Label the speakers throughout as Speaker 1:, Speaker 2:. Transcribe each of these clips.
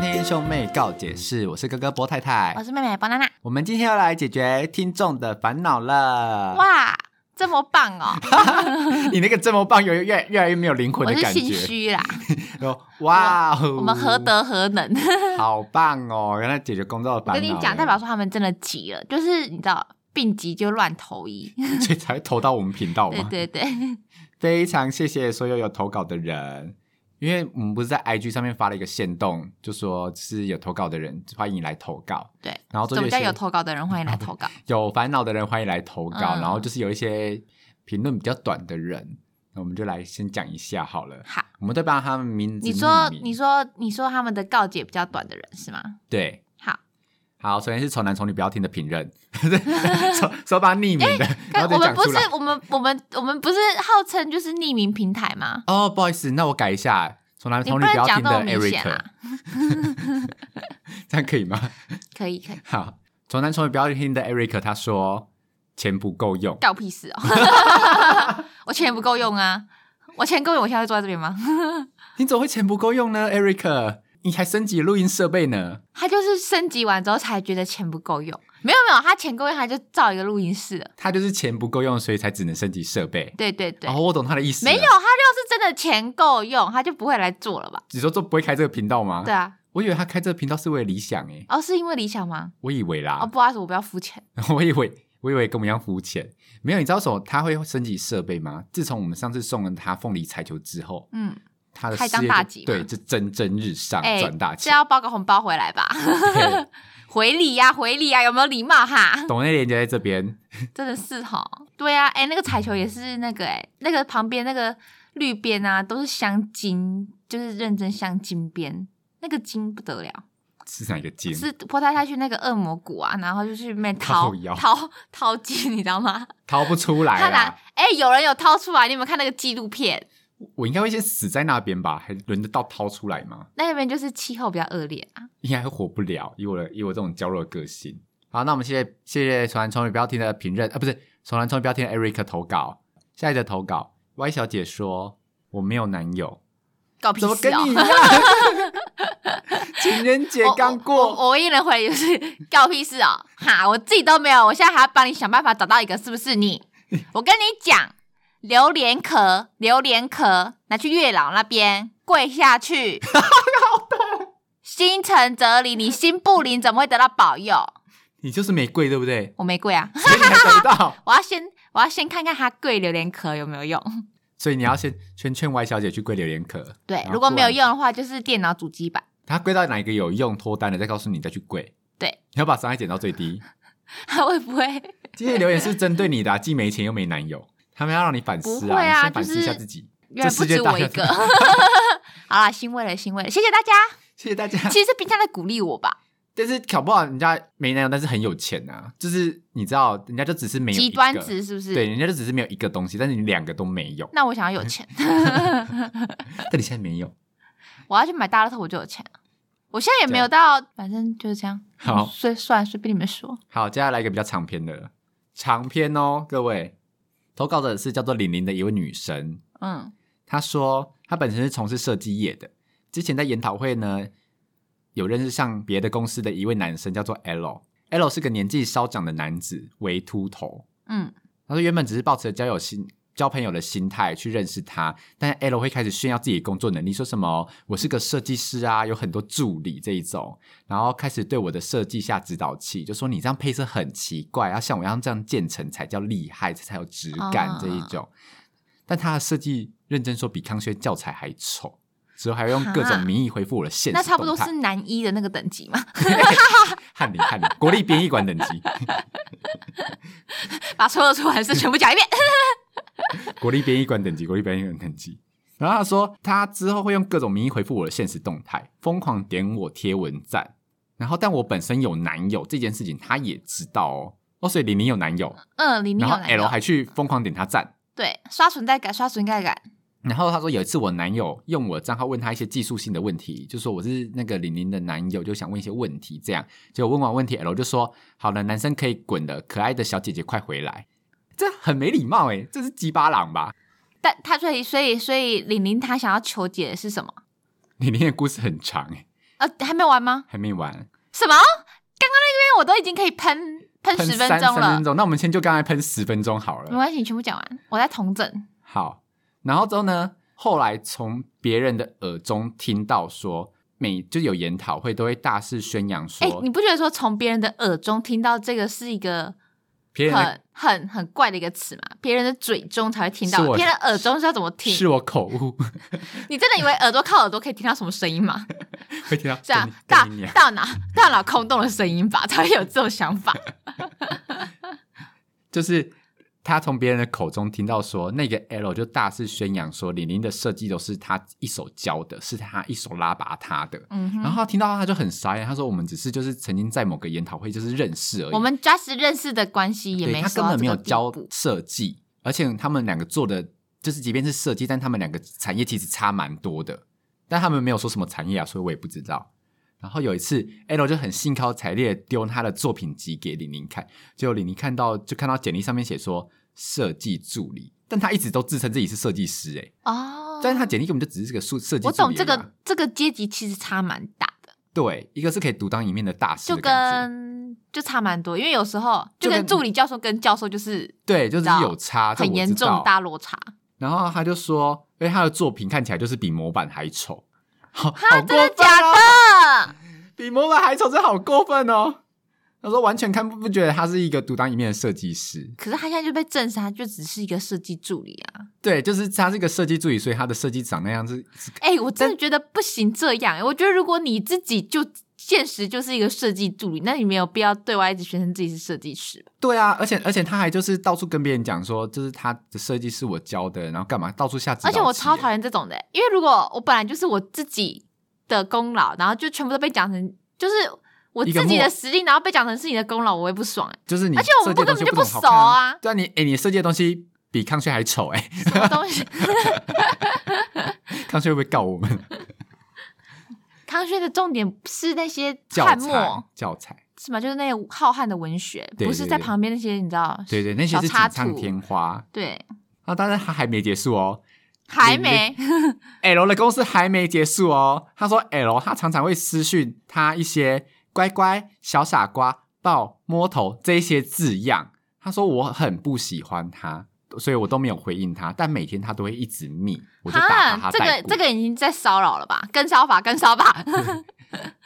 Speaker 1: 听兄妹告解释，我是哥哥波太太
Speaker 2: 我。是妹妹包娜娜。
Speaker 1: 我们今天要来解决听众的烦恼了。
Speaker 2: 哇，这么棒 哦！
Speaker 1: 你那个这么棒，有越越来越没有灵魂
Speaker 2: 我
Speaker 1: 的
Speaker 2: 是
Speaker 1: 感
Speaker 2: 心
Speaker 1: 觉。
Speaker 2: 虚啦。
Speaker 1: 有哇哦，
Speaker 2: 我们何德 何能？
Speaker 1: 好棒哦！原来解决工作的
Speaker 2: 我
Speaker 1: 烦恼。
Speaker 2: 跟你讲，代表说他们真的急了，就是你知道，病急就乱投 医。
Speaker 1: 所以才会投到我们频道
Speaker 2: 对
Speaker 1: 嘛。
Speaker 2: 对对，
Speaker 1: 非常谢谢所有有投稿的人，因为我们不是在 IG 上面发了一个限动，就说是有投稿的人欢迎来投稿，
Speaker 2: 对，
Speaker 1: 然后这
Speaker 2: 怎
Speaker 1: 就
Speaker 2: 么
Speaker 1: 是
Speaker 2: 叫有投稿的人欢迎来 投稿？
Speaker 1: 有烦恼的人欢迎来投稿，
Speaker 2: 嗯
Speaker 1: 然后就是有一些评论比较短的人，那我们就来先讲一下好了。
Speaker 2: 好，
Speaker 1: 我们都帮他们名字
Speaker 2: 你说
Speaker 1: 匿名
Speaker 2: 你说你说他们的告解比较短的人是吗？
Speaker 1: 对。
Speaker 2: 好，
Speaker 1: 好，首先是丑男丑女不要听的评论， 说说吧匿名的，然后
Speaker 2: 哎
Speaker 1: 再
Speaker 2: 我们
Speaker 1: 讲
Speaker 2: 不
Speaker 1: 出
Speaker 2: 是
Speaker 1: 来。
Speaker 2: 我们我们我们不是号称就是匿名平台吗？
Speaker 1: 哦，不好意思，那我改一下，丑男
Speaker 2: 你
Speaker 1: 丑
Speaker 2: 不
Speaker 1: 女
Speaker 2: 能
Speaker 1: 要
Speaker 2: 讲
Speaker 1: 听
Speaker 2: 这
Speaker 1: 的
Speaker 2: 么明显
Speaker 1: Eric，、
Speaker 2: 啊！
Speaker 1: 这样可以吗？
Speaker 2: 可以可以，
Speaker 1: 好，从男从女不要听的 Eric 他说钱不够用，
Speaker 2: 告屁事哦！哦 我钱也不够用啊，我钱够用，我现在会坐在这边吗？
Speaker 1: 你怎么会钱不够用呢？Eric，你还升级录音设备呢？
Speaker 2: 他就是升级完之后才觉得钱不够用，没有没有，他钱够用，他就造一个录音室了。
Speaker 1: 他就是钱不够用，所以才只能升级设备。
Speaker 2: 对对对，
Speaker 1: 哦，我懂他的意思。
Speaker 2: 没有，他，要是真的钱够用，他就不会来做了吧？
Speaker 1: 你说这不会开这个频道吗？
Speaker 2: 对，啊，
Speaker 1: 我以为他开这个频道是为了理想诶，
Speaker 2: 哦，是因为理想吗？
Speaker 1: 我以为啦
Speaker 2: 哦，，不好意思，我不要肤浅。
Speaker 1: 我以为。我以为跟我们一样肤浅，没有，你知道什么？他会升级设备吗？自从我们上次送了他凤梨彩球之后，
Speaker 2: 嗯，
Speaker 1: 他的
Speaker 2: 开
Speaker 1: 事
Speaker 2: 张
Speaker 1: 业
Speaker 2: 大
Speaker 1: 就
Speaker 2: 吉嘛
Speaker 1: 对，就蒸蒸日上，
Speaker 2: 哎、
Speaker 1: 啊赚大
Speaker 2: 是
Speaker 1: 钱。
Speaker 2: 要包个红包回来吧？
Speaker 1: 嘿
Speaker 2: 回礼呀、回礼呀、有没有礼貌哈？
Speaker 1: 懂那链接在这边，
Speaker 2: 真的是哈，对啊，哎、那个彩球也是那个哎、那个旁边那个绿边啊，都是镶金，就是认真镶金边，那个金不得了，
Speaker 1: 是哪一个金？
Speaker 2: 是泼他下去那个恶魔谷啊，然后就去面掏
Speaker 1: 靠腰
Speaker 2: 掏掏金，你知道吗？
Speaker 1: 掏不出来
Speaker 2: 他拿
Speaker 1: 啦。
Speaker 2: 哎、有人有掏出来，你有没有看那个纪录片？
Speaker 1: 我应该会先死在那边吧？还轮得到掏出来吗？
Speaker 2: 那边就是气候比较恶劣啊，
Speaker 1: 应该会活不了，以我的以我这种娇弱的个性。好，那我们谢谢谢谢从男从女不要听的评论啊，不是从男从女不要听的 Eric 投稿，下一则投稿 Y 小姐说我没有男友，
Speaker 2: 搞屁
Speaker 1: 怎么
Speaker 2: 事
Speaker 1: 跟
Speaker 2: 哦、
Speaker 1: 你一样？ 情人节刚
Speaker 2: 我我
Speaker 1: 过，
Speaker 2: 我唯一能回来就是 告屁事哦！哈，我自己都没有，我现在还要帮你想办法找到一个，是不是 你？我跟你讲，榴莲壳，榴莲壳拿去月老那边跪 下去，心诚则灵，你心不灵怎么会得到保佑？
Speaker 1: 你就是玫瑰对不对？
Speaker 2: 我没跪啊，
Speaker 1: 所以你还得不到，
Speaker 2: 我要先我要先看看他跪榴莲壳有没有用。
Speaker 1: 所以你要先先劝 Y 小姐去跪榴莲壳。
Speaker 2: 对
Speaker 1: 啊然，后
Speaker 2: 如果没
Speaker 1: 过
Speaker 2: 有
Speaker 1: 完
Speaker 2: 用的话，就是电脑主机版。
Speaker 1: 他归到哪一个有用脱单的，再告诉你再去跪。
Speaker 2: 对，
Speaker 1: 你要把伤害减到最低。
Speaker 2: 他会不会？
Speaker 1: 这些留言是针对你的、啊，既没钱又没男 友，他们要让你反思
Speaker 2: 不会啊
Speaker 1: 你先反思一下
Speaker 2: 就是
Speaker 1: 自己。
Speaker 2: 原来不
Speaker 1: 世界
Speaker 2: 止
Speaker 1: 大
Speaker 2: 我一
Speaker 1: 家
Speaker 2: 个。 好啦，欣慰了，欣慰了，谢谢大家。
Speaker 1: 谢谢大家。
Speaker 2: 其实是平常在鼓励我吧，
Speaker 1: 但是搞不好人家没男友，但是很有钱啊，就是你知道，人家就只是没有一
Speaker 2: 极
Speaker 1: 个
Speaker 2: 端，值是不是？
Speaker 1: 对，人家就只是没有一个东西，但是你两个都没有，
Speaker 2: 那我想要有钱，
Speaker 1: 但你现在没有。
Speaker 2: 我要去买大乐透，我就有钱了。我现在也没有到，反正就是这样。
Speaker 1: 啊
Speaker 2: 嗯
Speaker 1: 好
Speaker 2: 所以算了，随便你们说。
Speaker 1: 好，接下来一个比较长篇的，长篇哦，各位。投稿者是叫做玲玲的一位女生，
Speaker 2: 嗯，
Speaker 1: 他说他本身是从事设计业的，之前在研讨会呢有认识上别的公司的一位男生，叫做 L。L 是个年纪稍长的男子，为秃头。
Speaker 2: 嗯，
Speaker 1: 他说原本只是抱持交友心、交朋友的心态去认识他，但 L 会开始炫耀自己的工作能力，说什么我是个设计师啊，有很多助理这一种，然后开始对我的设计下指导器，就说你这样配色很奇怪，要像我一样这样建成才叫厉害，这才有质感
Speaker 2: 啊
Speaker 1: 这一种。但他的设计认真说比康轩教材还丑，之后还用各种
Speaker 2: 哈
Speaker 1: 名义回复我的现实
Speaker 2: 那
Speaker 1: 动态，
Speaker 2: 差不多 是男一的那个等级嘛，
Speaker 1: 翰林翰林国立编译馆等级。
Speaker 2: 把所有出版社全部讲一遍。
Speaker 1: 国立编译馆等级，国立编译馆等级。然后他说，他之后会用各种名义回复我的现实动态，疯狂点我贴文赞。然后，但我本身有男友这件事情，他也知道哦。哦，所以玲玲有男友，
Speaker 2: 嗯，里面
Speaker 1: 然后
Speaker 2: 有男
Speaker 1: L
Speaker 2: 友，
Speaker 1: 还去疯狂点他赞。
Speaker 2: 对，刷存在感，刷存在感。
Speaker 1: 然后他说，有一次我男友用我账号问他一些技术性的问题，就说我是那个玲玲的男友，就想问一些问题，这样。结果问完问题，L 就说：“好了，男生可以滚了，可爱的小姐姐快回来。”这很没礼貌诶、欸这是鸡巴狼吧？
Speaker 2: 但他所以所以所以，玲玲她想要求解的是什么？
Speaker 1: 玲玲的故事很长诶、欸
Speaker 2: 哦、呃，还没完吗？
Speaker 1: 还没完，
Speaker 2: 什么？刚刚那边我都已经可以喷喷
Speaker 1: 喷
Speaker 2: 十分
Speaker 1: 三
Speaker 2: 钟
Speaker 1: 三
Speaker 2: 了嗯
Speaker 1: 分，钟，那我们先就刚才喷十分钟好
Speaker 2: 没
Speaker 1: 了。
Speaker 2: 关系，你全部讲完，我再重整。
Speaker 1: 好，然后之后呢，后来从别人的耳中听到说，每就有研讨会都会大肆宣扬
Speaker 2: 哎、
Speaker 1: 说
Speaker 2: 你，不觉得说从别人的耳中听到这个是一个
Speaker 1: 别人的
Speaker 2: 很很很怪的一个词嘛？别人的嘴中才会听到
Speaker 1: 是，我
Speaker 2: 别人的耳中是要怎么听？
Speaker 1: 是我口误，
Speaker 2: 你真的以为耳朵靠耳朵可以听到什么声音吗？
Speaker 1: 会 听到
Speaker 2: 这样
Speaker 1: 干你
Speaker 2: 大
Speaker 1: 干你啊娘
Speaker 2: 啊大脑大脑空洞的声音吧，才会有这种 想法。
Speaker 1: 就是他从别人的口中听到说，那个 L 就大肆宣扬说，李宁的设计都是他一手教的，是他一手拉拔他的。
Speaker 2: 嗯
Speaker 1: 然
Speaker 2: 哼，
Speaker 1: 后他听到他就很傻眼，他说：“我们只是就是曾经在某个研讨会就是认识而已，
Speaker 2: 我们 just 认识的关系也
Speaker 1: 对
Speaker 2: 没
Speaker 1: 他
Speaker 2: 说
Speaker 1: 根
Speaker 2: 到
Speaker 1: 本没有
Speaker 2: 这个地
Speaker 1: 教
Speaker 2: 步
Speaker 1: 设计，而且他们两个做的就是即便是设计，但他们两个产业其实差蛮多的，但他们没有说什么产业啊，所以我也不知道。”然后有一次，L 就很兴高采烈地丢他的作品集给李宁看，结果李宁看到就看到简历上面写说设计助理，但他一直都自称自己是设计师、欸，
Speaker 2: 哦。
Speaker 1: 但是他简历根本就只是个设设计助理、啊
Speaker 2: 我懂这个，这个阶级其实差蛮大的，
Speaker 1: 对，一个是可以独当一面的大师
Speaker 2: 就
Speaker 1: 的感觉，
Speaker 2: 跟就差蛮多，因为有时候就
Speaker 1: 就跟
Speaker 2: 跟助理教授跟教授就是
Speaker 1: 对，就是
Speaker 2: 知道
Speaker 1: 有差，这
Speaker 2: 很
Speaker 1: 我
Speaker 2: 严
Speaker 1: 知
Speaker 2: 重
Speaker 1: 道
Speaker 2: 的大落差。
Speaker 1: 然后他就说，因为他的作品看起来就是比模板还丑， 好，
Speaker 2: 哈，
Speaker 1: 好
Speaker 2: 真
Speaker 1: 过分
Speaker 2: 的假
Speaker 1: 哦，
Speaker 2: 的？
Speaker 1: 比模板还丑，这好过分哦。他说完全看不不觉得他是一个独当一面的设计师，
Speaker 2: 可是他现在就被证实，他就只是一个设计助理啊！
Speaker 1: 对，就是他是一个设计助理，所以他的设计长那样子。是
Speaker 2: 哎、我真的觉得不行这样。我觉得如果你自己就现实就是一个设计助理，那你没有必要对外一直宣称自己是设计师吧？
Speaker 1: 对啊，而且而且他还就是到处跟别人讲说，就是他的设计是我教的，然后干嘛到处下指导
Speaker 2: 而
Speaker 1: 棋
Speaker 2: 且我超讨厌这种的、因为如果我本来就是我自己的功劳，然后就全部都被讲成就是我自己
Speaker 1: 一个
Speaker 2: 的
Speaker 1: 默
Speaker 2: 实力，然后被讲成是你的功劳，我会不爽、哎，
Speaker 1: 就是你
Speaker 2: 而
Speaker 1: 设
Speaker 2: 且
Speaker 1: 计
Speaker 2: 我们
Speaker 1: 的东
Speaker 2: 根
Speaker 1: 西
Speaker 2: 本
Speaker 1: 又
Speaker 2: 就
Speaker 1: 不
Speaker 2: 不
Speaker 1: 怎么
Speaker 2: 熟
Speaker 1: 好看。
Speaker 2: 啊，
Speaker 1: 对啊，你哎，你设计的东西比康轩还丑 哎、
Speaker 2: 什么东 西？
Speaker 1: 康轩会不会告我们？
Speaker 2: 康轩的重点是那些
Speaker 1: 教
Speaker 2: 翰
Speaker 1: 材
Speaker 2: 墨。
Speaker 1: 教材。
Speaker 2: 是吗？就是那些浩瀚的文学，
Speaker 1: 对
Speaker 2: 不是在
Speaker 1: 对对
Speaker 2: 旁边那些你知道？
Speaker 1: 对对，那些
Speaker 2: 小
Speaker 1: 是
Speaker 2: 插
Speaker 1: 锦上
Speaker 2: 图
Speaker 1: 添花。
Speaker 2: 对，
Speaker 1: 啊，当然他还没结束哦。
Speaker 2: 还没
Speaker 1: L 的公司还没结束哦。他说 L 他常常会私讯他一些“乖乖”“小傻瓜”“抱”“摸头”这一些字样。他说我很不喜欢他，所以我都没有回应他。但每天他都会一直密，我就打
Speaker 2: 啊
Speaker 1: 他，
Speaker 2: 这
Speaker 1: 带
Speaker 2: 个
Speaker 1: 过。
Speaker 2: 这个已经在骚扰了吧？跟骚法，跟 骚法，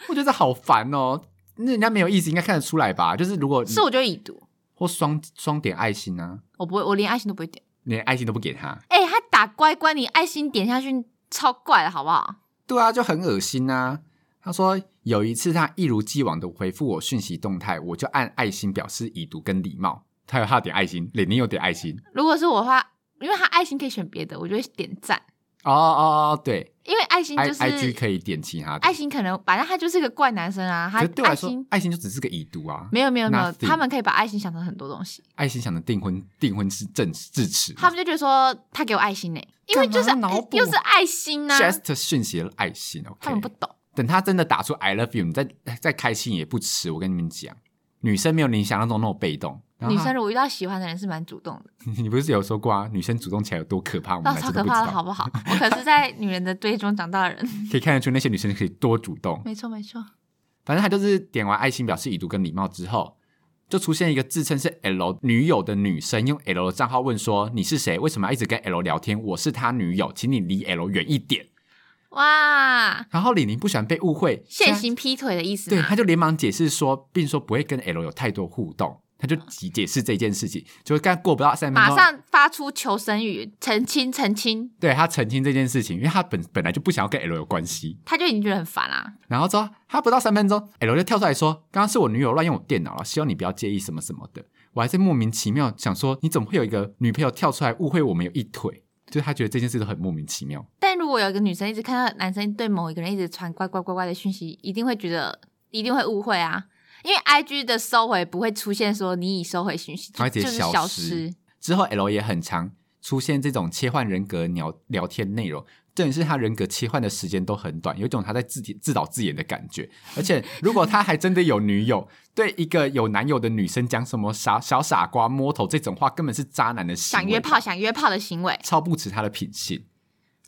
Speaker 1: 我觉得好烦哦。那人家没有意思，应该看得出来吧？就是如果你
Speaker 2: 是我就已读，
Speaker 1: 或双双点爱心啊，
Speaker 2: 我不会，我连爱心都不会点。
Speaker 1: 连爱心都不给他，
Speaker 2: 哎、他打乖乖，你爱心点下去，超怪的好不好？
Speaker 1: 对啊，就很恶心啊。他说有一次他一如既往的回复我讯息动态，我就按爱心表示已读跟礼貌。他有他有点爱心，李宁有点爱心。
Speaker 2: 如果是我的话，因为他爱心可以选别的，我就会点赞，
Speaker 1: 哦哦哦，对
Speaker 2: 因为爱心
Speaker 1: ，I
Speaker 2: 就是
Speaker 1: I G 可以点其他的。
Speaker 2: 爱心可能反正他就是个怪男生啊，他
Speaker 1: 可是对我
Speaker 2: 爱
Speaker 1: 来说
Speaker 2: 心，
Speaker 1: 爱心就只是个已读啊。
Speaker 2: 没有没有没有，
Speaker 1: Nothing
Speaker 2: 他们可以把爱心想成很多东西，
Speaker 1: 爱心想的订婚，订婚是正至此嘛。
Speaker 2: 他们就觉得说他给我爱心呢、因为就是哎
Speaker 1: 干嘛要脑补
Speaker 2: 又是爱心呐、
Speaker 1: just 讯息了爱心
Speaker 2: 他
Speaker 1: ，OK
Speaker 2: 们。不懂。
Speaker 1: 等他真的打出 I love you，你再再开心也不迟。我跟你们讲，女生没有你想象中那种被动。然后
Speaker 2: 女
Speaker 1: 她
Speaker 2: 生如果遇到喜欢的人是蛮主动的，
Speaker 1: 你不是有说过啊？女生主动起来有多可怕？我们
Speaker 2: 那
Speaker 1: 还
Speaker 2: 超
Speaker 1: 真的
Speaker 2: 可
Speaker 1: 不知
Speaker 2: 怕
Speaker 1: 道
Speaker 2: 的，。好不好？我可是在女人的堆中长大 的人，
Speaker 1: 可以看得出那些女生可以多主动。
Speaker 2: 没错没错。
Speaker 1: 反正她就是点完爱心表示已读跟礼貌之后，就出现一个自称是 L 女友的女生，用 L 的账号问说：“你是谁？为什么要一直跟 L 聊天？我是他女友，请你离 L 远一点。
Speaker 2: 哇”，
Speaker 1: 然后李宁不喜欢被误会，
Speaker 2: 现行劈腿的意思
Speaker 1: 对，
Speaker 2: 吗？
Speaker 1: 他就连忙解释说，并说不会跟 L 有太多互动。他就急解释这件事情，就刚过不到三分
Speaker 2: 马
Speaker 1: 钟，
Speaker 2: 上发出求生语，澄清澄清，
Speaker 1: 对他澄清这件事情，因为他本本来就不想要跟 L 有关系。
Speaker 2: 他就已经觉得很烦啦、啊
Speaker 1: 然后之后他不到三分钟，L 就跳出来说：“刚刚是我女友乱用我电脑了，希望你不要介意什么什么的。”我还在莫名其妙想说，你怎么会有一个女朋友跳出来误会我们有一腿？就是他觉得这件事都很莫名其妙。
Speaker 2: 但如果有一个女生一直看到男生对某一个人一直传乖乖乖乖的讯息，一定会觉得一定会误会啊，因为 I G 的收回不会出现说你已收回讯息，
Speaker 1: 它会直
Speaker 2: 就
Speaker 1: 接
Speaker 2: 就是
Speaker 1: 消
Speaker 2: 消
Speaker 1: 失
Speaker 2: 失。
Speaker 1: 之后 L 也很常出现这种切换人格聊聊天内容，重点是他人格切换的时间都很短，有一种他在自己自导自演的感觉。而且如果他还真的有女友， 对一个有男友的女生讲什么傻小傻瓜、摸头这种话，根本是渣男的行
Speaker 2: 想
Speaker 1: 为，
Speaker 2: 约炮，想约炮的行为，
Speaker 1: 超不值他的品性。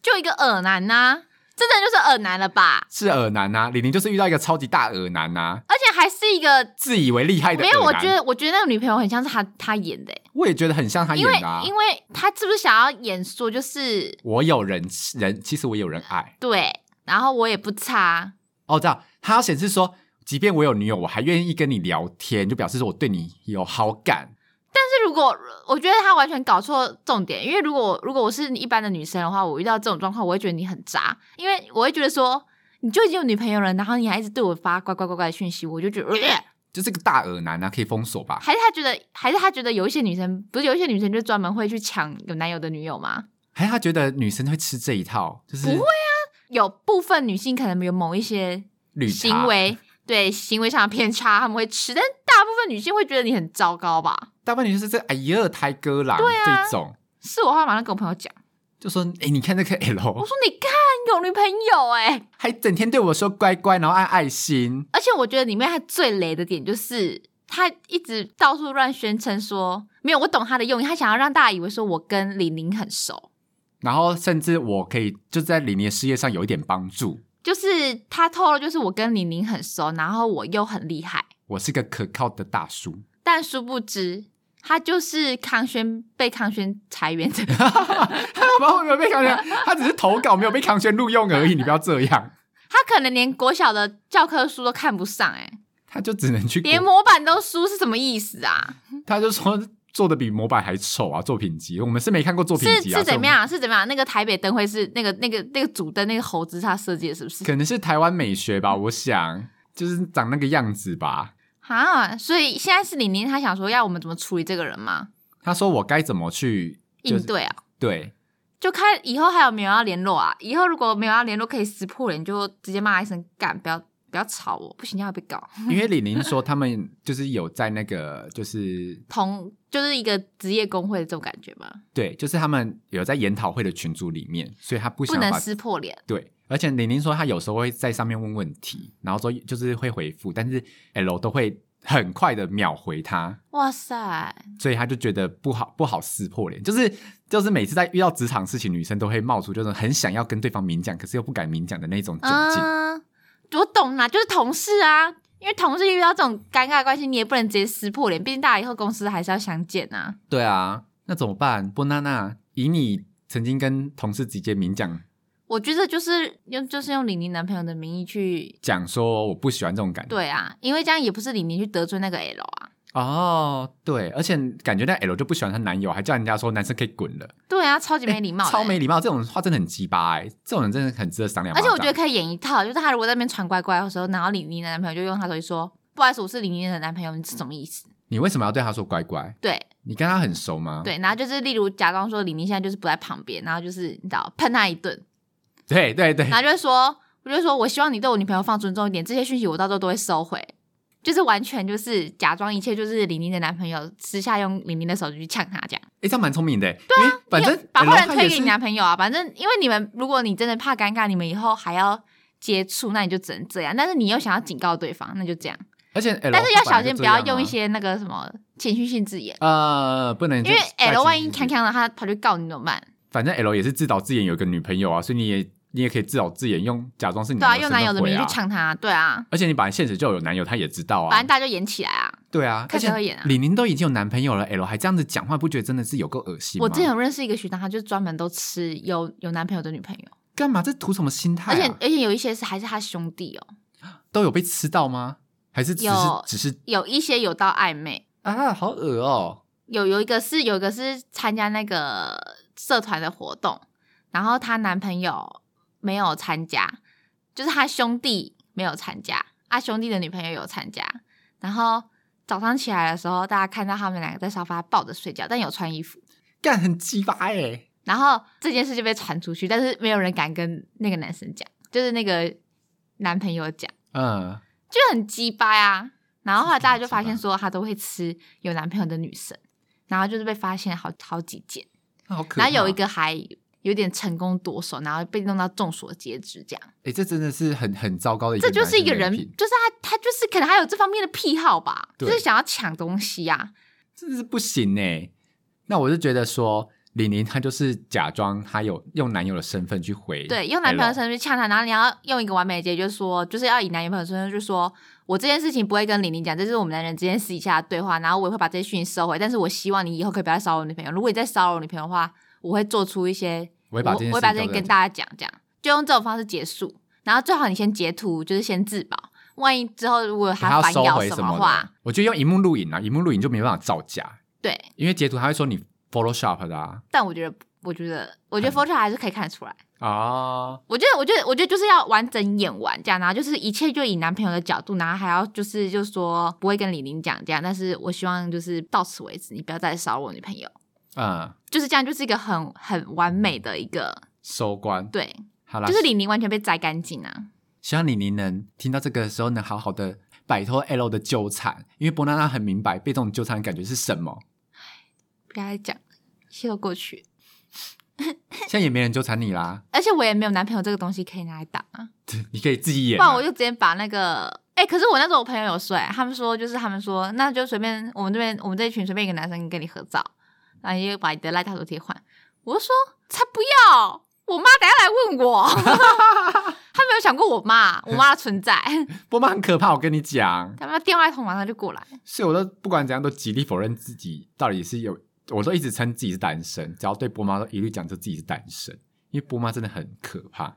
Speaker 2: 就一个耳男呐、真的就是耳男了吧？
Speaker 1: 是耳男呐、李玲就是遇到一个超级大耳男呐、
Speaker 2: 而且还是一个
Speaker 1: 自以为厉害的
Speaker 2: 没有，
Speaker 1: 耳
Speaker 2: 我
Speaker 1: 男
Speaker 2: 觉得我觉得那个女朋友很像是他他演的欸、
Speaker 1: 我也觉得很像他
Speaker 2: 因为
Speaker 1: 演的、啊。
Speaker 2: 因为他是不是想要演说就是
Speaker 1: 我有人人，其实我也有人爱。
Speaker 2: 对，然后我也不差，
Speaker 1: 哦，我知道，他要显示说，即便我有女友，我还愿意跟你聊天，就表示说我对你有好感。
Speaker 2: 但是如果我觉得他完全搞错重点，因为如果如果我是一般的女生的话，我遇到这种状况，我会觉得你很渣，因为我会觉得说你就已经有女朋友了，然后你还一直对我发乖乖乖乖的讯息，我就觉得、呃
Speaker 1: 就是个大耳男啊，可以封锁吧？
Speaker 2: 还是他觉得还是他觉得有一些女生不是有一些女生就专门会去抢有男友的女友吗？
Speaker 1: 还是他觉得女生会吃这一套，就是
Speaker 2: 不会有部分女性可能有某一些
Speaker 1: 绿茶
Speaker 2: 行为。对行为上的偏差，他们会吃，但大部分女性会觉得你很糟糕吧？
Speaker 1: 大半女就是这哎呀胎哥啦、
Speaker 2: 对啊
Speaker 1: 这种，
Speaker 2: 是我会马上跟我朋友讲，
Speaker 1: 就说哎、你看这个 L
Speaker 2: 我说你看有女朋友哎、
Speaker 1: 还整天对我说乖乖，然后按爱心，
Speaker 2: 而且我觉得里面他最雷的点就是，他一直到处乱宣称说没有，我懂他的用意，他想要让大家以为说我跟李宁很熟，
Speaker 1: 然后甚至我可以就在李宁的事业上有一点帮助，
Speaker 2: 就是他透露就是我跟李宁很熟，然后我又很厉害，
Speaker 1: 我是个可靠的大叔。
Speaker 2: 但殊不知他就是康轩被康轩裁员的，
Speaker 1: 然后没有被康轩，他只是投稿没有被康轩录用而已，你不要这样，
Speaker 2: 他可能连国小的教科书都看不上、欸，哎，
Speaker 1: 他就只能去国
Speaker 2: 连模板都输是什么意思啊？
Speaker 1: 他就说做的比模板还丑啊，作品集我们是没看过作品
Speaker 2: 是
Speaker 1: 集啊，
Speaker 2: 是
Speaker 1: 所以
Speaker 2: 怎
Speaker 1: 我
Speaker 2: 么
Speaker 1: 们？
Speaker 2: 样？是怎么样？那个台北灯会是那个那个那个主灯那个猴子是他设计的，是不是？
Speaker 1: 可能是台湾美学吧，我想就是长那个样子吧。
Speaker 2: 啊，所以现在是李宁，他想说要我们怎么处理这个人吗？
Speaker 1: 他说我该怎么去、就是、
Speaker 2: 应对啊，
Speaker 1: 对，
Speaker 2: 就看以后还有没有要联络啊？以后如果没有要联络，可以撕破脸，你就直接骂他一声干，不要不要吵我，不行这样会被告。
Speaker 1: 因为李宁说他们就是有在那个就是
Speaker 2: 同就是一个职业工会的这种感觉嘛，
Speaker 1: 对，就是他们有在研讨会的群组里面，所以他不
Speaker 2: 不
Speaker 1: 想
Speaker 2: 能
Speaker 1: 把
Speaker 2: 撕破脸。
Speaker 1: 对，而且玲玲说她有时候会在上面问问题，然后说就是会回复，但是 L 都会很快的秒回她，
Speaker 2: 哇塞，
Speaker 1: 所以她就觉得不好不好撕破脸，就是就是每次在遇到职场事情，女生都会冒出就是很想要跟对方明讲，可是又不敢明讲的那种窘境。
Speaker 2: 嗯，我懂啦，就是同事啊，因为同事遇到这种尴尬的关系，你也不能直接撕破脸，毕竟大家以后公司还是要相见啊。
Speaker 1: 对啊，那怎么办？波娜娜，以你曾经跟同事直接明讲
Speaker 2: 我觉得就是用就是用李宁男朋友的名义去
Speaker 1: 讲说我不喜欢这种感觉。
Speaker 2: 对啊，因为这样也不是李宁去得罪那个 L 啊。
Speaker 1: 哦，对，而且感觉那 L 就不喜欢她男友，还叫人家说男生可以滚了。
Speaker 2: 对啊，超级没礼貌、
Speaker 1: 哎超没。礼貌，这种话真的很鸡巴哎，这种人真的很值得赏两巴
Speaker 2: 欸而且
Speaker 1: 掌。
Speaker 2: 我觉得可以演一套，就是他如果在那边传乖乖的时候，然后李宁的男朋友就用他手机说：“不好意思，我是李宁的男朋友，你是什么意思
Speaker 1: 你为什么要对他说乖乖？？”
Speaker 2: 对
Speaker 1: 你跟他很熟吗？
Speaker 2: 对，然后就是例如假装说李宁现在就是不在旁边，然后就是你知道喷他一顿，
Speaker 1: 对对对
Speaker 2: 然后就会说，我就说我希望你对我女朋友放尊重一点，这些讯息我到时候都会收回，就是完全就是假装一切就是李宁的男朋友，私下用李宁的手机去呛他这样。
Speaker 1: 哎，这样蛮聪明的欸。对啊，反
Speaker 2: 因
Speaker 1: 正
Speaker 2: 为把坏人
Speaker 1: 他也
Speaker 2: 推
Speaker 1: 是
Speaker 2: 给你男朋友啊，反正因为你们，如果你真的怕尴尬，你们以后还要接触，那你就只能这样。但是你又想要警告对方，那就这样。
Speaker 1: 而且 L，
Speaker 2: 但是要小心，
Speaker 1: 本来就
Speaker 2: 不
Speaker 1: 这样啊
Speaker 2: 要用一些那个什么情绪性字眼，
Speaker 1: 呃，不能
Speaker 2: 因
Speaker 1: 就
Speaker 2: 为
Speaker 1: 是带
Speaker 2: L 万一
Speaker 1: 情绪
Speaker 2: 康康了，他跑去告你怎么办？
Speaker 1: 反正 L 也是自导自演有一个女朋友啊，所以你也你也可以自导自演，用假装是你
Speaker 2: 对啊，用男友的
Speaker 1: 身份
Speaker 2: 名
Speaker 1: 回
Speaker 2: 义
Speaker 1: 啊
Speaker 2: 去。呛他，对啊，
Speaker 1: 而且你本来现实就有男友，他也知道
Speaker 2: 反
Speaker 1: 啊
Speaker 2: 正。大家就演起来啊。
Speaker 1: 对啊，而
Speaker 2: 看谁
Speaker 1: 且
Speaker 2: 会演啊
Speaker 1: 李宁都已经有男朋友了，L 还这样子讲话，不觉得真的是有够恶心吗？
Speaker 2: 我之前有认识一个学长，他就专门都吃有有男朋友的女朋友，
Speaker 1: 干嘛？这图什么心态
Speaker 2: 而
Speaker 1: 啊？
Speaker 2: 且而且有一些是还是他兄弟哦，
Speaker 1: 都有被吃到吗？还是只是
Speaker 2: 有
Speaker 1: 只是
Speaker 2: 有一些有到暧昧，
Speaker 1: 啊，好恶哦、
Speaker 2: 有有一个是有一个是参加那个社团的活动，然后她男朋友没有参加，就是她兄弟没有参加，她兄弟的女朋友有参加。然后早上起来的时候，大家看到他们两个在沙发抱着睡觉，但有穿衣服。
Speaker 1: 干很鸡巴哎！
Speaker 2: 然后这件事就被传出去，但是没有人敢跟那个男生讲，就是那个男朋友讲，
Speaker 1: 嗯，
Speaker 2: 就很鸡巴呀。然后后来大家就发现说，她都会吃有男朋友的女生，然后就是被发现好好几件。
Speaker 1: 好可怕。
Speaker 2: 然后有一，个还有点成功夺手，然后被弄到众所皆知，这样
Speaker 1: 哎、这真的是很很糟糕的一个，
Speaker 2: 这就是一个人，就是他，他就是可能他有这方面的癖好吧，就
Speaker 1: 对
Speaker 2: 是想要抢东西啊。
Speaker 1: 欸真的是不行哎、那我就觉得说，李宁她就是假装她有用男友的身份去回，
Speaker 2: 对，用男朋友的身份去呛他，然后你要用一个完美的解决说，就是要以男朋友的身份去说，我这件事情不会跟玲玲讲，这是我们男人之间私底下的对话，然后我也会把这些讯息收回，但是我希望你以后可以不要再骚扰我女朋友，如果你再骚扰我女朋友的话，我会做出一些，
Speaker 1: 我会把这件事
Speaker 2: 我会把
Speaker 1: 情
Speaker 2: 这
Speaker 1: 交
Speaker 2: 些
Speaker 1: 给
Speaker 2: 跟
Speaker 1: 你
Speaker 2: 大家讲，这样就用这种方式结束，然后最好你先截图，就是先自保，万一之后如果
Speaker 1: 她要
Speaker 2: 反
Speaker 1: 收
Speaker 2: 咬
Speaker 1: 回
Speaker 2: 么
Speaker 1: 么
Speaker 2: 话
Speaker 1: 的，，我觉得用荧幕录影啊，荧幕录影就没办法造假，
Speaker 2: 对，
Speaker 1: 因为截图他会说你 Photoshop 的啊，
Speaker 2: 但我觉得，我觉得，我觉得 Photoshop 还是可以看得出来。
Speaker 1: 哦
Speaker 2: 我觉得，我觉得，我觉得就是要完整演完这样，然后就是一切就以男朋友的角度，然后还要就是就说不会跟李玲讲这样，但是我希望就是到此为止，你不要再骚扰我女朋友，
Speaker 1: 嗯，
Speaker 2: 就是这样，就是一个很很完美的一个
Speaker 1: 收官，
Speaker 2: 对，
Speaker 1: 好啦，
Speaker 2: 就是李玲完全被摘干净啊，
Speaker 1: 希望李宁能听到这个时候能好好的摆脱 L 的纠缠，因为波娜娜很明白被这种纠缠的感觉是什 么。
Speaker 2: 不要再讲， 一切都过去，
Speaker 1: 现在也没人纠缠你啦，
Speaker 2: 而且我也没有男朋友这个东西可以拿来打啊，
Speaker 1: 你可以自己演
Speaker 2: 不
Speaker 1: 啊、
Speaker 2: 然我就直接把那个，哎、可是我那时候我朋友有睡，他们说就是他们说，那就随便我们这边我们这一群随便一个男生跟你合照，然后你就把你的赖大头贴换。我就说才不要，我妈等下来问我， 他没有想过我妈，我妈的存在，
Speaker 1: 波妈很可怕，我跟你讲，
Speaker 2: 他妈电话一通马上就过来。
Speaker 1: 所以我都不管怎样都极力否认自己到底是有，我都一直称自己是单身，只要对波妈都一律讲就自己是单身，因为波妈真的很可怕，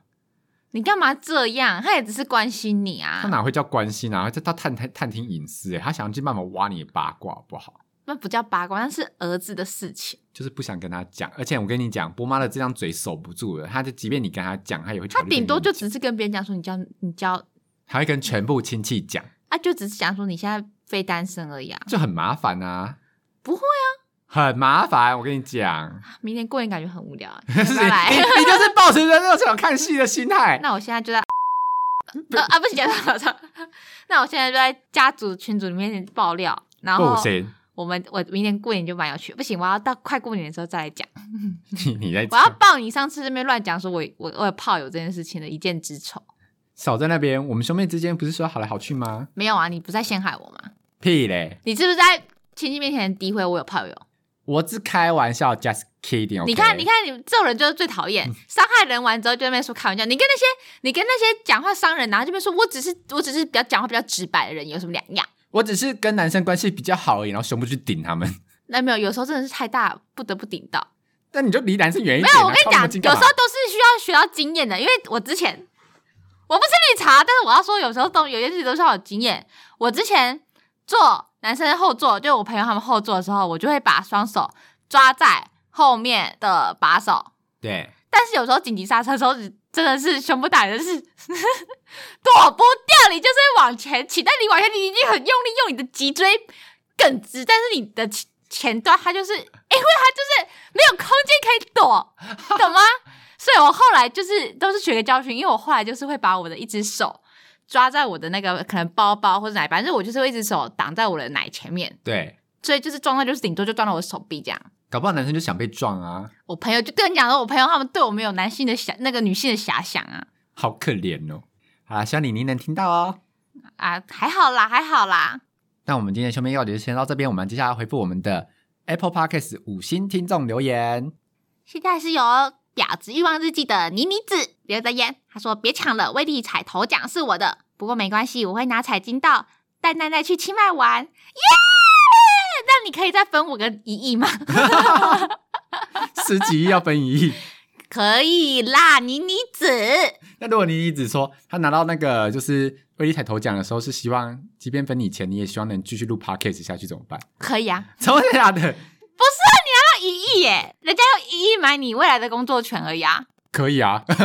Speaker 2: 你干嘛这样？他也只是关心你
Speaker 1: 她
Speaker 2: 啊，
Speaker 1: 哪会叫关心啊？她她探探探听隐私、欸，她想要尽办法挖你的八卦，好不好？
Speaker 2: 那不叫八卦，那是儿子的事情。
Speaker 1: 就是不想跟她讲，而且我跟你讲，波妈的这张嘴守不住了，她就即便你跟她讲，她也会
Speaker 2: 他
Speaker 1: 考虑
Speaker 2: 顶多
Speaker 1: 跟
Speaker 2: 就
Speaker 1: 你
Speaker 2: 只是跟别人讲说你交你交，
Speaker 1: 还会跟全部亲戚讲，
Speaker 2: 啊，就只是讲说你现在非单身而已啊。
Speaker 1: 就很麻烦啊。
Speaker 2: 不会
Speaker 1: 啊，很麻烦，我跟你讲。
Speaker 2: 明年过年感觉很无聊、啊，
Speaker 1: 是
Speaker 2: 拜
Speaker 1: 你
Speaker 2: 拜。
Speaker 1: 你就是抱持着这种看戏的心态。
Speaker 2: 那我现在就在呃啊，不行，讲错了。那我现在就在家族群组里面爆料，然后
Speaker 1: 不行，
Speaker 2: 我们我明年过年就蛮有趣的。不行，我要到快过年的时候再来讲。
Speaker 1: 你你在
Speaker 2: 我要报你上次那边乱讲说我我我有炮友这件事情的一箭之仇。
Speaker 1: 少在那边。我们兄妹之间不是说好来好去吗？
Speaker 2: 没有啊，你不是在陷害我吗？
Speaker 1: 屁嘞，
Speaker 2: 你是不是在亲戚面前诋毁我有炮友
Speaker 1: 我只开玩笑，just kidding、
Speaker 2: 你看，你，看，你这种人就是最讨厌，伤害人完之后就在那边说开玩笑。你跟那些你跟那些讲话伤人，然后这边说我只是我只是比较讲话比较直白的人有什么两样？
Speaker 1: 我只是跟男生关系比较好而已，然后胸部去顶他们。
Speaker 2: 那没有，有时候真的是太大，不得不顶到。
Speaker 1: 那你就离男生远一
Speaker 2: 没
Speaker 1: 点、啊。
Speaker 2: 有，我跟你
Speaker 1: 靠那么
Speaker 2: 讲，有
Speaker 1: 近
Speaker 2: 时
Speaker 1: 干
Speaker 2: 候
Speaker 1: 嘛
Speaker 2: 都是需要学到经验的，因为我之前我不是绿茶，但是我要说，有时候都有些事情都是要有经验。我之前坐男生后座，就我朋友他们后座的时候，我就会把双手抓在后面的把手，
Speaker 1: 对，
Speaker 2: 但是有时候紧急刹车的时候，真的是胸部打人是 躲不掉，你就是会往前倾，但你往前倾，你已经很用力，用你的脊椎梗直，但是你的前前端它就是，因为它就是没有空间可以躲，懂吗？ 所以我后来就是都是学个教训，因为我后来就是会把我的一只手抓在我的那个可能包包或者奶，反正我就是会一只手挡在我的奶前面，
Speaker 1: 对，
Speaker 2: 所以就是撞到就是顶多就撞到我的手臂这样。
Speaker 1: 搞不好男生就想被撞啊，
Speaker 2: 我朋友就跟你讲说，我朋友他们对我们有男性的遐那个女性的遐想啊
Speaker 1: 好可怜哦。好啦，希望李宁能听到哦。
Speaker 2: 啊，还好啦，还好啦，
Speaker 1: 那我们今天的兄妹要点就先到这边，我们接下来回复我们的 Apple Podcast 五星听众留言。
Speaker 2: 现在是由《婊子欲望日记》的妮妮子留的言，她说：“别抢了，威力彩头奖是我的，不过没关系，我会拿彩金到蛋蛋再去清迈玩，耶！那你可以再分我个一亿吗？
Speaker 1: 十几亿要分一亿。
Speaker 2: 可以啦，妮妮子，
Speaker 1: 那如果你一直说他拿到那个就是威力彩头奖的时候，是希望即便分你钱，你也希望能继续录 podcast 下去，怎么办？
Speaker 2: 可以啊，
Speaker 1: 怎么假的？
Speaker 2: 要一亿耶，人家用一亿买你未来的工作权而已啊，
Speaker 1: 可以啊，
Speaker 2: 那有什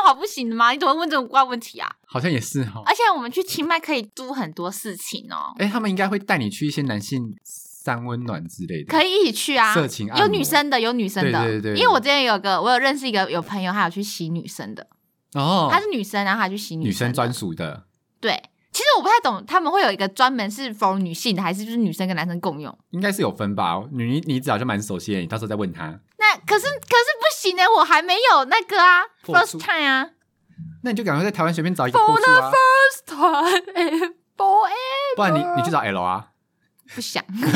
Speaker 2: 么好不行的吗？你怎么会问这种怪问题啊？”
Speaker 1: 好像也是哈、哦。
Speaker 2: 而且我们去清迈可以租很多事情哦，
Speaker 1: 哎，他们应该会带你去一些男性三温暖之类的。
Speaker 2: 可以一起去啊。
Speaker 1: 色情按摩
Speaker 2: 有女生的，有女生的。
Speaker 1: 对对对对
Speaker 2: 因为我之前有个，我有认识一个有朋友，他有去洗女生的，
Speaker 1: 哦，
Speaker 2: 她是女生，然后她去洗
Speaker 1: 女
Speaker 2: 生
Speaker 1: 生
Speaker 2: 的
Speaker 1: 专。属的，
Speaker 2: 对，其实我不太懂，他们会有一个专门是 for 女性的，还是就是女生跟男生共用？
Speaker 1: 应该是有分吧？你你早就蛮熟悉的，你到时候再问他。
Speaker 2: 那可是可是不行呢，欸我还没有那个啊
Speaker 1: 破处
Speaker 2: ，first time 啊
Speaker 1: 那你就赶快在台湾随便找一个破
Speaker 2: For
Speaker 1: 处啊，
Speaker 2: ，first time 哎 in forever，
Speaker 1: 不然你你去找 L 啊。
Speaker 2: 不想。
Speaker 1: 好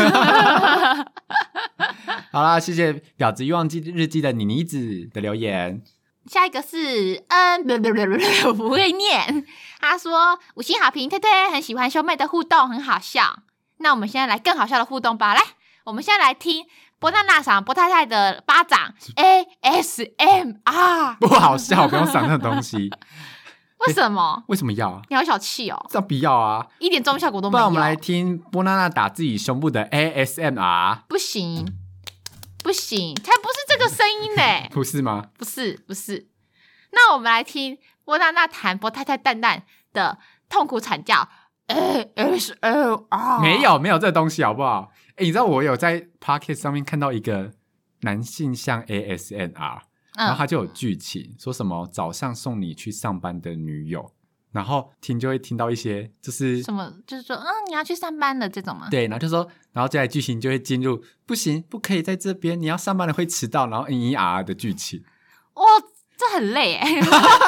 Speaker 1: 好啦，谢谢《婊子欲望记日记》的妮妮子的留言。
Speaker 2: 下一个是嗯，不不不不不，不会念。他说五星好评，推推很喜欢兄妹的互动，很好笑。那我们现在来更好笑的互动吧，来，我们现在来听波娜娜赏波太太的巴掌 ASMR，
Speaker 1: 不好笑，不用想那种东西。
Speaker 2: 为什么？
Speaker 1: 为什么要啊？
Speaker 2: 你好小气哦，
Speaker 1: 这不要啊！
Speaker 2: 一点综艺效果都
Speaker 1: 不
Speaker 2: 没
Speaker 1: 然
Speaker 2: 有。
Speaker 1: 我们来听波娜娜打自己胸部的 ASMR，
Speaker 2: 不行，不行，才不是这个声音呢，
Speaker 1: 不是吗？
Speaker 2: 不是不是。那我们来听波娜娜弹波太太蛋蛋的痛苦惨叫呃 ASMR，
Speaker 1: 没。有没有这东西好不好？哎、你知道我有在 Pocket 上面看到一个男性向 ASMR，然后
Speaker 2: 嗯，
Speaker 1: 他就有剧情，说什么早上送你去上班的女友，然后听就会听到一些就是
Speaker 2: 什么就是说，嗯，你要去上班了这种吗？
Speaker 1: 对，然后就说，然后接下来剧情就会进入不行，不可以在这边，你要上班了会迟到，然后嗯咿啊啊的剧情。
Speaker 2: 哇，哦这 很累哎，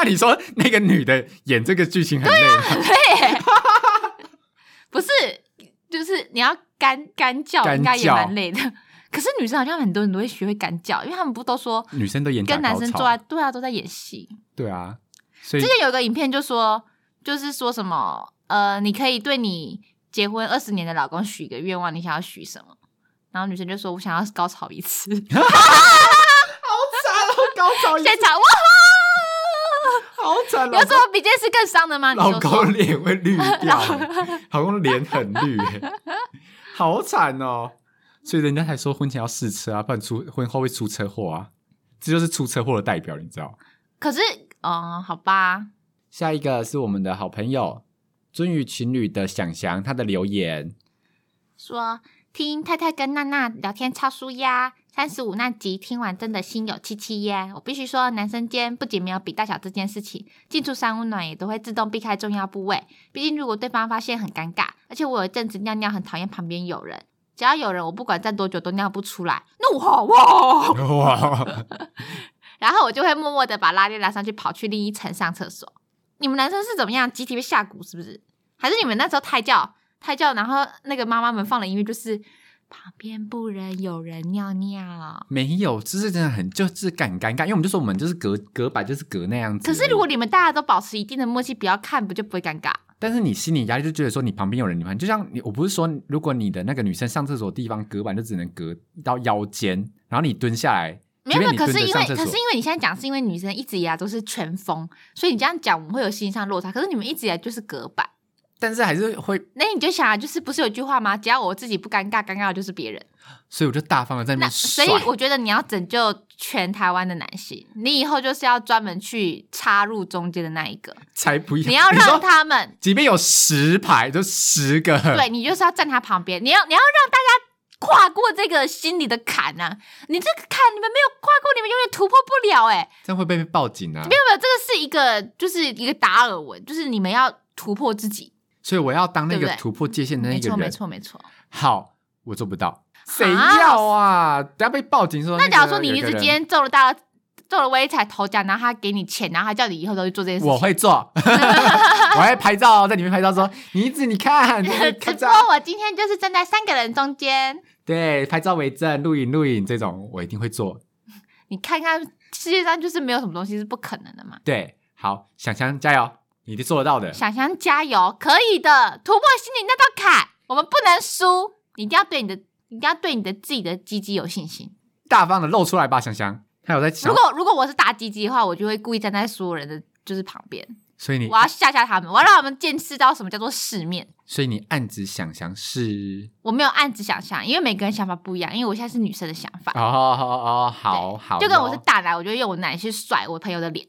Speaker 1: 你说那个女的演这个剧情很累
Speaker 2: 啊
Speaker 1: 吗，
Speaker 2: 不是，就是你要干干叫，
Speaker 1: 干
Speaker 2: 应该也
Speaker 1: 叫
Speaker 2: 蛮累的。可是女生好像很多人都会学会干叫，因为他们不都说
Speaker 1: 女生都演假
Speaker 2: 跟男
Speaker 1: 高
Speaker 2: 生
Speaker 1: 潮
Speaker 2: 做爱，对啊，都在演戏。
Speaker 1: 对啊，所以
Speaker 2: 之前有一个影片就说，就是说什么呃，你可以对你结婚二十年的老公许一个愿望，你想要许什么？然后女生就说：“我想要高潮 一次。”
Speaker 1: 惨哦，高潮一次
Speaker 2: 现场哇，
Speaker 1: 好惨哦
Speaker 2: 有什么比这件事更伤的吗？你
Speaker 1: 老
Speaker 2: 说说
Speaker 1: 公。脸会绿掉， 老公脸很绿，欸好惨哦！所以人家才说婚前要试车啊，不然出婚后会出车祸啊，这就是出车祸的代表，你知道？
Speaker 2: 可是，嗯、好吧，
Speaker 1: 下一个是我们的好朋友尊于情侣的想翔，他的留言，
Speaker 2: 说听太太跟娜娜聊天超舒压，三十五那集听完真的心有戚戚焉。我必须说，男生间不仅没有比大小这件事情，进出三温暖也都会自动避开重要部位。毕竟如果对方发现很尴尬，而且我有一阵子尿尿很讨厌旁边有人，只要有人，我不管站多久都尿不出来，怒吼哇！
Speaker 1: 哇，
Speaker 2: 然后我就会默默的把拉链拉上去，跑去另一层上厕所。你们男生是怎么样？集体被下蛊是不是？还是你们那时候胎教胎教，然后那个妈妈们放的音乐就是旁边不人有人尿尿。
Speaker 1: 没有，这是真的很就是很尴尬，因为我们就说我们就是隔隔板就是隔那样子而
Speaker 2: 可
Speaker 1: 已。
Speaker 2: 是如果你们大家都保持一定的默契，不要看，不就不会尴尬？
Speaker 1: 但是你心理压力就觉得说你旁边有人，你旁边就像你，我不是说如果你的那个女生上厕所的地方隔板就只能隔到腰间，然后你蹲下来，
Speaker 2: 没有没有，
Speaker 1: 即
Speaker 2: 可
Speaker 1: 便你蹲着
Speaker 2: 是因为
Speaker 1: 上厕
Speaker 2: 可是
Speaker 1: 所
Speaker 2: 因为你现在讲是因为女生一直以来都是全封，所以你这样讲我们会有心理上落差。可是你们一直以来就是隔板，
Speaker 1: 但是还是会，
Speaker 2: 那你就想啊，就是不是有一句话吗？只要我自己不尴尬，尴尬的就是别人。
Speaker 1: 所以我就大方的在那
Speaker 2: 那
Speaker 1: 边甩。
Speaker 2: 所以我觉得你要拯救全台湾的男性，你以后就是要专门去插入中间的那一个，
Speaker 1: 才不要，
Speaker 2: 你要
Speaker 1: 说嗯
Speaker 2: 让 他们
Speaker 1: 即便有十排，就十个，
Speaker 2: 对你就是要站他旁边，你要你要让大家跨过这个心理的坎呐、你这个坎你们没有跨过，你们永远突破不了哎、
Speaker 1: 这样会不会被报警啊
Speaker 2: 没。有没有，这个是一个就是一个达尔文，就是你们要突破自己，
Speaker 1: 所以我要当那
Speaker 2: 对
Speaker 1: 个
Speaker 2: 不对
Speaker 1: 突破界限的那
Speaker 2: 没
Speaker 1: 个
Speaker 2: 错
Speaker 1: 人。
Speaker 2: 没错没错。
Speaker 1: 好，我做不到。谁要啊？等下被报警说。
Speaker 2: 那假如说你一
Speaker 1: 一
Speaker 2: 直
Speaker 1: 直
Speaker 2: 今
Speaker 1: 接，
Speaker 2: 天中了大中了威彩头奖，然后他给你钱，然后他叫你以后都去做这件事情，
Speaker 1: 我会做， 我会拍照，在里面拍照说，你一直你看， 你
Speaker 2: 直
Speaker 1: 看照
Speaker 2: 播，我今天就是站在三个人中间，
Speaker 1: 对，拍照为证，录影录影这种我一定会做。
Speaker 2: 你看看世界上就是没有什么东西是不可能的嘛。
Speaker 1: 对，好，想想加油，你一定做得到的。
Speaker 2: 想想加油，可以的，突破心里那道坎，我们不能输，你一定要对你的，你一定要对你的自己的鸡鸡有信心。
Speaker 1: 大方的露出来吧，想想。他有在想
Speaker 2: 如，果如果我是打鸡鸡的话，我就会故意站在所有人的就是旁边，
Speaker 1: 所以你
Speaker 2: 我，要吓吓他们，我要让他们见识到什么叫做世面。
Speaker 1: 所以你暗指想想是，
Speaker 2: 我没有暗自想象，因为每个人想法不一样，因为我现在是女生的想法。
Speaker 1: 哦哦哦，好好，
Speaker 2: 就跟我是
Speaker 1: 哟
Speaker 2: 大男，我就用我奶去甩我朋友的脸。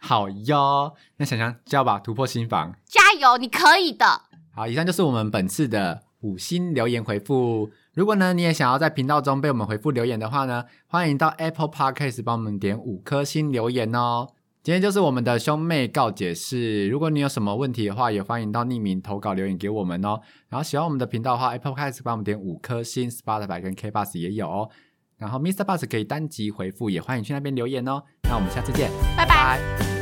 Speaker 1: 好哟。那想想加油吧，突破心房。
Speaker 2: 加油，你可以的！
Speaker 1: 好，以上就是我们本次的五星留言回复。如果呢，你也想要在频道中被我们回复留言的话呢，欢迎到 Apple Podcast 帮我们点五颗星留言哦。今天就是我们的兄妹告解室，如果你有什么问题的话，也欢迎到匿名投稿留言给我们哦。然后喜欢我们的频道的话，Apple Podcast 帮我们点五颗星，Spotify 跟 K Bus 也有哦。然后 Mr. Bus 可以单集回复，也欢迎去那边留言哦。那我们下次见，
Speaker 2: 拜
Speaker 1: 拜
Speaker 2: 拜。
Speaker 1: 拜。